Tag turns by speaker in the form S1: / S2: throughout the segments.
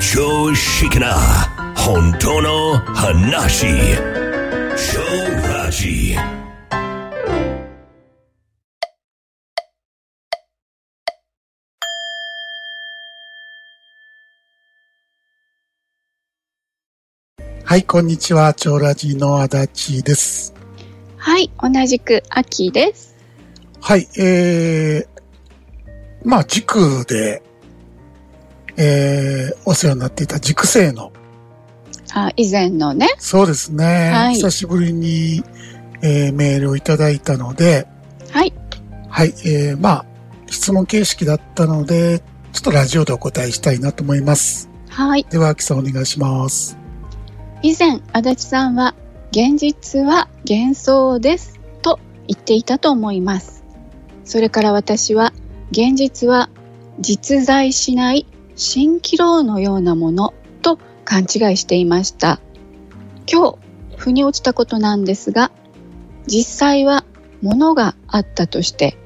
S1: 常識な本当の話超ラジ
S2: はい、こんにちは。超ラジの足立です。
S3: はい、同じく秋です。
S2: はい、えー、まあ、塾で、えー、お世話になっていた塾生の、
S3: あ、以前のね。
S2: そうですね、
S3: はい
S2: 久しぶりに、えーメールをいただいたので、
S3: はい、
S2: はい、えー、まあ、質問形式だったので、ちょっとラジオでお答えしたいなと思います。
S3: はい。
S2: では、秋さんお願いします。
S3: 以前、足立さんは、現実は幻想です、と言っていたと思います。それから私は、現実は実在しない蜃気楼のようなものと勘違いしていました。今日、腑に落ちたことなんですが、実際は物があったとして、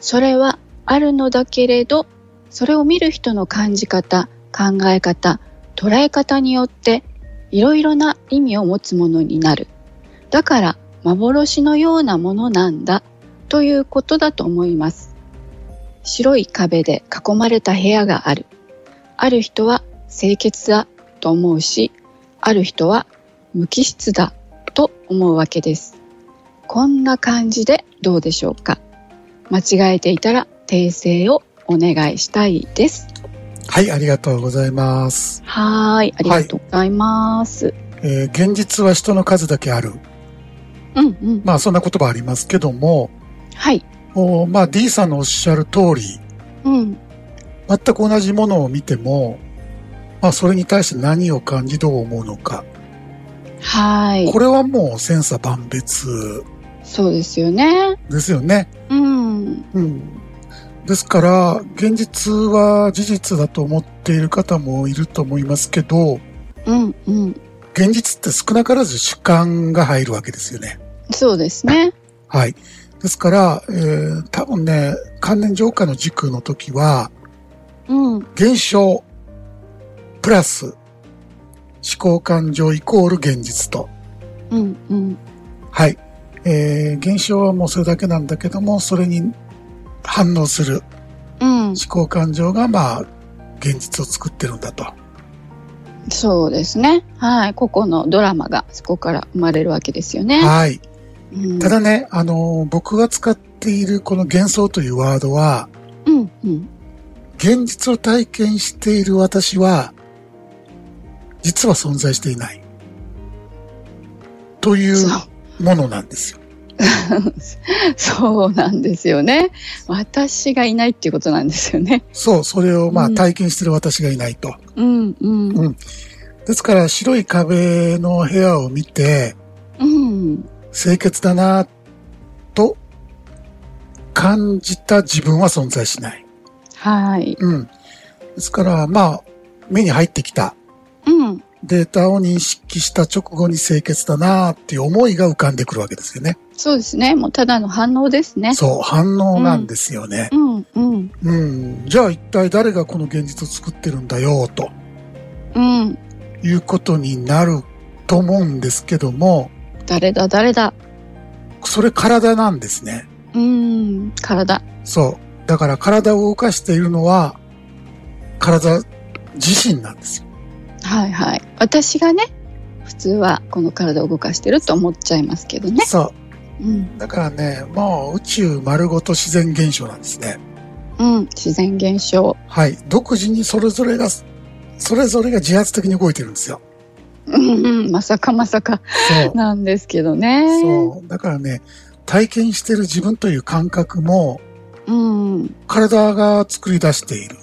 S3: それはあるのだけれど、それを見る人の感じ方、考え方、捉え方によって、いろいろな意味を持つものになる。だから、幻のようなものなんだ、ということだと思います。白い壁で囲まれた部屋がある。ある人は清潔だと思うし、ある人は無機質だと思うわけです。こんな感じでどうでしょうか間違えていたら訂正をお願いしたいです。
S2: はい、ありがとうございます。
S3: はーい、ありがとうございます。
S2: えー、現実は人の数だけある。
S3: うんうん。
S2: まあ、そんな言葉ありますけども、
S3: はい。
S2: おまあ D さんのおっしゃる通り
S3: うん。
S2: 全く同じものを見ても、まあ、それに対して何を感じどう思うのか
S3: はい
S2: こ。れはもう千差万別
S3: そうですよね。
S2: ですよね。
S3: うん。
S2: うん、ですから現実は事実だと思っている方もいると思いますけど
S3: うんうん。
S2: 現実って少なからず主観が入るわけですよね。
S3: そうですね。
S2: はい。ですから、えー、多分ね、関連浄化の軸の時は、
S3: うん。
S2: 現象プラス思考感情イコール現実と。
S3: うんうん。
S2: はい。えー、現象はもうそれだけなんだけども、それに反応する
S3: うん。
S2: 思考感情が、まあ、現実を作ってるんだと。
S3: そうですね。はい。個々のドラマがそこから生まれるわけですよね。
S2: はい。
S3: うん
S2: ただね、あのー僕が使っているこの幻想というワードは、
S3: うんうん。
S2: 現実を体験している私は、実は存在していない。という
S3: そう。
S2: ものなんですよ。
S3: そうなんですよね。私がいないっていうことなんですよね。
S2: そう、それをまあ
S3: うん
S2: 体験してる私がいないと。
S3: うんうん。
S2: ですから白い壁の部屋を見て、
S3: うん。
S2: 清潔だな、と感じた自分は存在しない。
S3: はい。
S2: うん。ですからまあ、目に入ってきた
S3: うん。
S2: データを認識した直後に清潔だなっていう思いが浮かんでくるわけですよね。
S3: そうですね。もうただの反応ですね。
S2: そう、反応なんですよね。
S3: うんうん。
S2: うん。じゃあ一体誰がこの現実を作ってるんだよ、と
S3: うん。
S2: いうことになると思うんですけども、
S3: 誰だ誰だ。
S2: それ体なんですね。
S3: うん。体。
S2: そう。だから体を動かしているのは、体自身なんですよ。
S3: はいはい。私がね、普通はこの体を動かしてると思っちゃいますけどね。
S2: そ
S3: うん。
S2: う。だからね、もう宇宙丸ごと自然現象なんですね。
S3: うん。自然現象。
S2: はい。独自にそれぞれが、それぞれが自発的に動いてるんですよ。
S3: うんうん。まさかまさか
S2: そう。
S3: なんですけどね。
S2: そう。だからね、体験してる自分という感覚も、
S3: う。うん。
S2: 体が作り出して いる。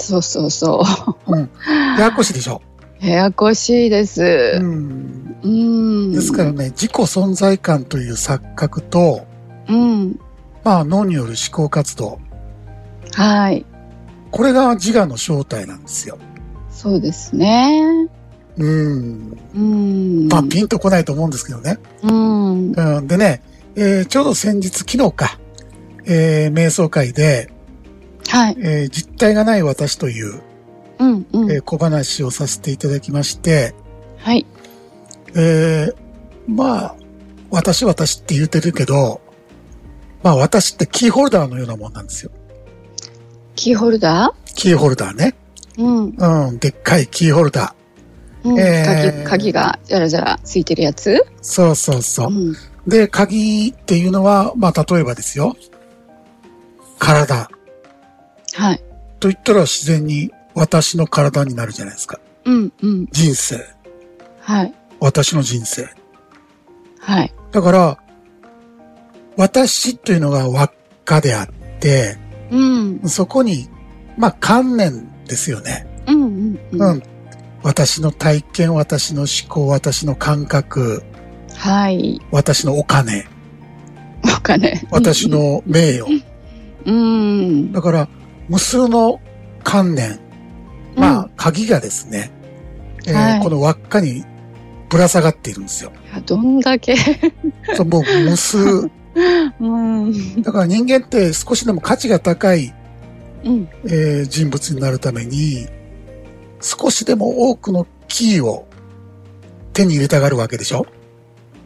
S3: そうそうそ
S2: うん。ややこしいでしょ。
S3: う。ややこしいで
S2: う
S3: す。
S2: ん。
S3: うん。
S2: ですから。ね、自己存在感という錯覚と、
S3: うん。
S2: まあ脳による思考活動、
S3: はい。
S2: これが自我の正体なんですよ。
S3: そうですね。
S2: うん。
S3: うん。
S2: まあ、ピンとこないと思うんですけどね。
S3: うん。
S2: うん、でね、えーちょうど先日、昨日か、えー瞑想会で、
S3: はい。
S2: えー実体がない私という
S3: うんうん。
S2: えー小話をさせていただきまして、
S3: はい。
S2: えーまあ、私私って言ってるけど、まあ私ってキーホルダーのようなもんなんですよ。
S3: キーホルダ
S2: キーホルダーね。
S3: ーうん。
S2: うん、でっかいキーホルダ
S3: うん
S2: えー
S3: 鍵、鍵がじゃらじゃらついてるやつ
S2: ー。そうそうそうう。
S3: ん。
S2: で、鍵っていうのは、まあ例えばですよ。体
S3: はい。
S2: と言ったら自然に私の体になるじゃないですか。
S3: うんうん。
S2: 人生。
S3: はい。
S2: 私の人生。
S3: はい。
S2: だから、私というのが輪っかであって、
S3: うん。
S2: そこに、まあ、観念ですよね。
S3: うんうんうん。
S2: うん。私の体験、私の思考、私の感覚、
S3: はい。
S2: 私のお金、
S3: お金。
S2: 私の名誉。
S3: うん。
S2: だから、無数の観念、ま
S3: うん
S2: あ、鍵がですね、えー
S3: はい
S2: この輪っかにぶら下がっているんです よ。
S3: いやどんだけ。
S2: そうもう無数。
S3: うん。
S2: だから人間って少しでも価値が高い
S3: うん。
S2: えー人物になるために、少しでも多くのキーを手に入れたがるわけでしょ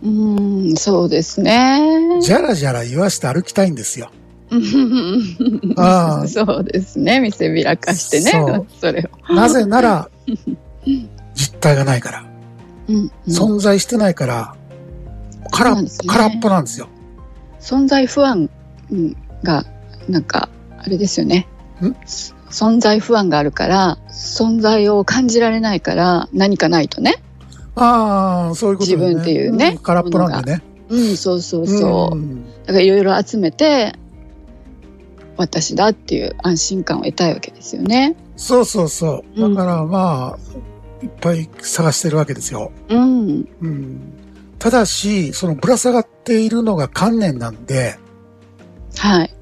S3: うん。そうですね。
S2: じゃらじゃら言わして歩きたいんですよ。
S3: うん
S2: ああ
S3: そうですね。見せびらかしてね。それを。
S2: なぜな ら、実体がないから、
S3: うんうん
S2: 存在してないから、空っ
S3: そうですね
S2: 空っぽなんですよ。
S3: 存在不安うんが、なんか、あれですよね
S2: ん。
S3: そ存在不安があるから、存在を感じられないから、何かないとね。
S2: ああ、そういうことだよね、
S3: 自分っていうね
S2: ん空っぽなんでね。
S3: うん、そうそうそう。
S2: ん
S3: だからいろいろ集めて、私だっていう安心感を得たいわけですよね。
S2: そうそうそう。
S3: う
S2: だ
S3: ん
S2: からまあ、いっぱい探してるわけですよ。
S3: うん。
S2: うん、ただし、そのぶら下がっているのが観念なんで、
S3: はい。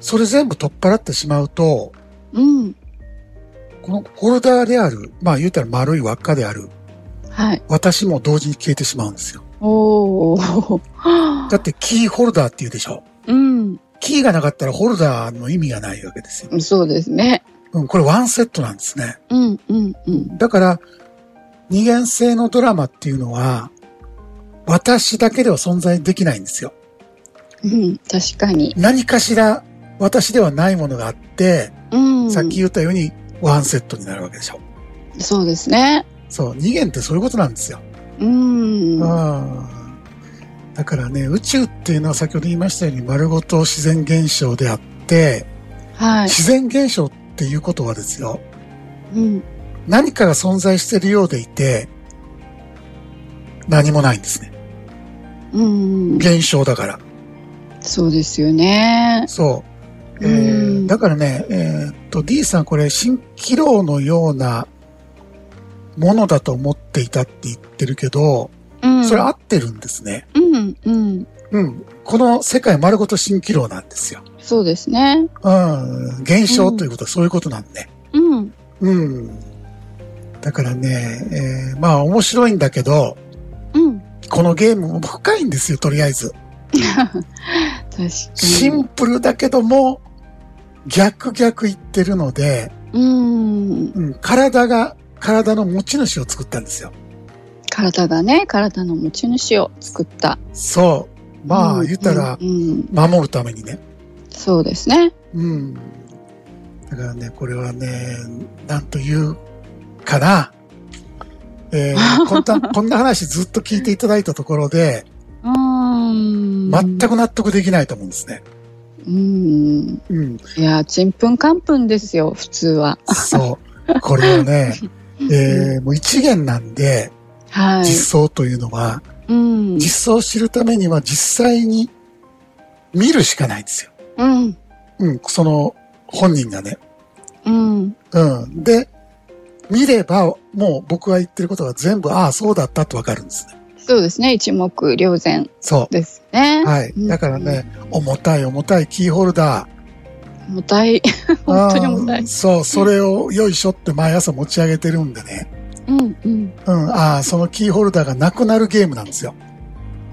S2: それ全部取っ払ってしまうと、
S3: うん。
S2: このホルダーである、まあ言うたら丸い輪っかである、
S3: はい。
S2: 私も同時に消えてしまうんですよ。
S3: おー。
S2: だってキーホルダーって言うでしょ。
S3: うん。
S2: キーがなかったらホルダーの意味がないわけですよ。
S3: そうですね。
S2: うん、これワンセットなんですね。
S3: うん、うん、うん。
S2: だから、二元性のドラマっていうのは、私だけでは存在できないんですよ。
S3: うん、確かに。
S2: 何かしら私ではないものがあって、
S3: うん。
S2: さっき言ったようにワンセットになるわけでしょ。
S3: そうですね。
S2: そう、二元ってそういうことなんですよ。
S3: うん。
S2: ああ。だからね、宇宙っていうのは先ほど言いましたように丸ごと自然現象であって、
S3: はい。
S2: 自然現象っていうことはですよ、
S3: うん。
S2: 何かが存在しているようでいて、何もないんですね。
S3: うん。
S2: 現象だから。
S3: そうですよね。
S2: そう。え
S3: うん
S2: ー、だからね、えーっと、D さんこれ、蜃気楼のようなものだと思っていたって言ってるけど、
S3: うん。
S2: それ合ってるんですね。
S3: うん、うん。
S2: うん。この世界丸ごと蜃気楼なんですよ。
S3: そうですね。
S2: うん、現象ということはそういうことなんで。
S3: うん。
S2: うん。だからね、えーまあ面白いんだけど、
S3: うん。
S2: このゲームも深いんですよ、とりあえず。
S3: 確か
S2: シンプルだけども、逆逆言ってるので、
S3: に。うん。
S2: うん、体が、体の持ち主を作ったんですよ。
S3: 体がね、体の持ち主を作った。
S2: そう。まあ、
S3: うん
S2: 言ったら
S3: う、んうん。
S2: 守るためにね。
S3: そうですね。
S2: うん。だからね、これはね、なんというかな。え ーこんな、こんな話ずっと聞いていただいたところで、
S3: うん。
S2: 全く納得できないと思うんですね。
S3: うん。
S2: うん。
S3: いや、ちんぷんかんぷんですよ、普通は。
S2: そう。これは ね、えーもう一元なんで、
S3: はい。
S2: 実相というのは、
S3: うん。
S2: 実相を知るためには実際に見るしかないんですよ。
S3: うん。
S2: うん、その本人がね。
S3: うん。
S2: うん。で、見れば、もう僕が言ってることが全部、ああ、そうだったってわかるんですね。
S3: そうですね。一目瞭然
S2: そ
S3: ですね。
S2: う。はい
S3: うん。
S2: だからね、重たい重たいキーホルダー。
S3: 重たい。 本当に重た
S2: あ
S3: い
S2: ー。そう、それをよいしょって毎朝持ち上げてるんでね。
S3: うんうん。
S2: うん、ああ、そのキーホルダーがなくなるゲームなんですよ。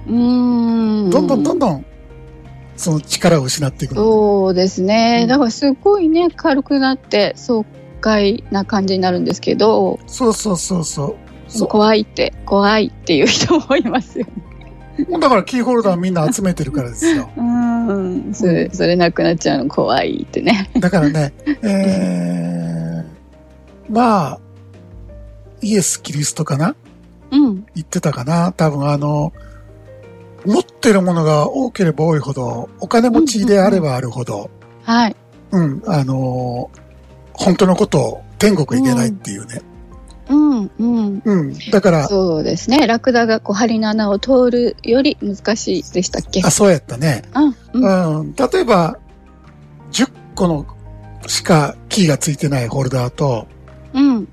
S3: うーん。
S2: どんどんどんどん、その力を失っていくの。
S3: そうですね。
S2: うん
S3: だからすごいね、軽くなって、そう快な感じになるんですけど、
S2: そうそうそうそう。そ
S3: 怖いって、怖いっていう人もいますよ。
S2: うだからキーホルダーみんな集めてるからですよ。
S3: うん、それ、それなくなっちゃうの怖いってね。
S2: だからね、えー、まあ、イエス・キリストかな
S3: うん、
S2: 言ってたかな多分あの、持ってるものが多ければ多いほど、お金持ちであればあるほど、
S3: はい。
S2: うん、あのー本当のことを天国行けないっていうね。
S3: うん、うん。
S2: うん、だから、
S3: そうですね。ラクダがこう針の穴を通るより難しいでしたっけ
S2: あ、そうやったね。
S3: うん、うん、
S2: うん、例えば、10個のしかキーがついてないホルダーと、
S3: うん。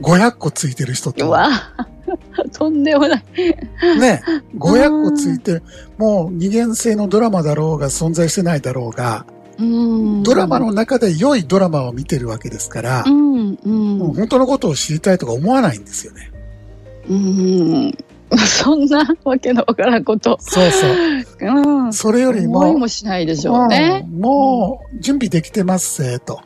S2: 500個ついてる人と
S3: う、わ とんでもない。
S2: ね、500個ついてる、もう二元性のドラマだろうが存在してないだろうが、
S3: うん。
S2: ドラマの中で良いドラマを見てるわけですから
S3: う、ん、うん。
S2: もう本当のことを知りたいとか思わないんですよね。
S3: うーん、そんなわけのわからんこと。
S2: そうそう。
S3: うん。
S2: それよりも、
S3: 思いもしないでしょうね。
S2: うんもう準備できてますせ、と。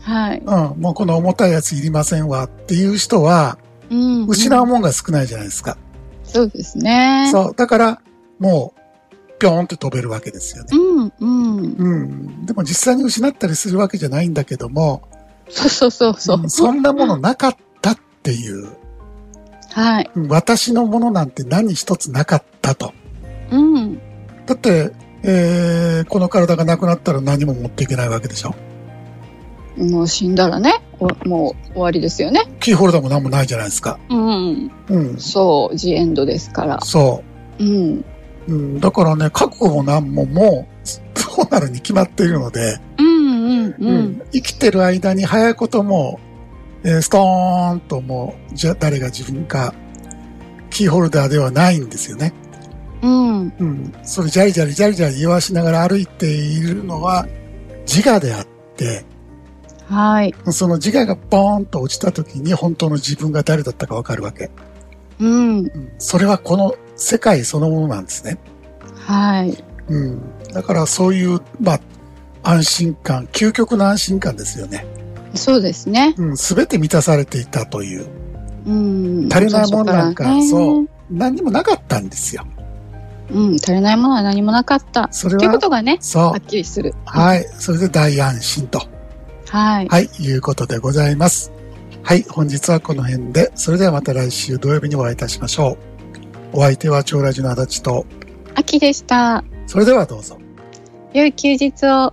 S3: はい。
S2: うん、もうこの重たいやついりませんわっていう人は、
S3: うん。
S2: 失うもんが少ないじゃないですか。
S3: そうですね。
S2: そう。だから、もう、ぴょんって飛べるわけですよね。
S3: うん、うん。
S2: うん。でも実際に失ったりするわけじゃないんだけども、
S3: そうそうそうそ
S2: うん
S3: う。
S2: そんなものなかったっていう、
S3: はい。
S2: うん私のものなんて何一つなかったと。
S3: うん。
S2: だって、えー、この体がなくなったら何も持っていけないわけでしょ。
S3: もう死んだらね、おもう終わりですよね。
S2: キーホルダーも何もないじゃないですか。
S3: うん。
S2: うん。
S3: そう、ジエンドですから。
S2: そ
S3: うん。
S2: う。うん。だからね、覚悟も何ももう、そうなるに決まっているので、
S3: うん、うん、う。
S2: うんん生きてる間に早いこともう、えーストーンともう、じゃ、誰が自分か、キーホルダーではないんですよね。
S3: うん。
S2: うん。それ、じゃりじゃりじゃりじゃり言わしながら歩いているのは、自我であって、
S3: はい。
S2: その自我がボーンと落ちた時に本当の自分が誰だったかわかるわけ。
S3: うん。
S2: うん。それはこの世界そのものなんですね。
S3: はい。
S2: うん。だからそういう、まあ、安心感、究極の安心感ですよね。
S3: そうですね。
S2: うん。すべて満たされていたという。
S3: うん。
S2: 足りないもんなんか
S3: 最初らね
S2: そう何にもなかったんですよ。
S3: うん。足りないものは何もなかった。
S2: それ
S3: というこ
S2: は、
S3: とがね、
S2: そ
S3: はっ
S2: う。
S3: きりする。
S2: はい。それで大安心と。
S3: はい。
S2: はい。いうことでございます。はい。本日はこの辺で、それではまた来週土曜日にお会いいたしましょう。お相手は長ラジの足立と、
S3: 秋でした。
S2: それではどうぞ。
S3: 良い休日を。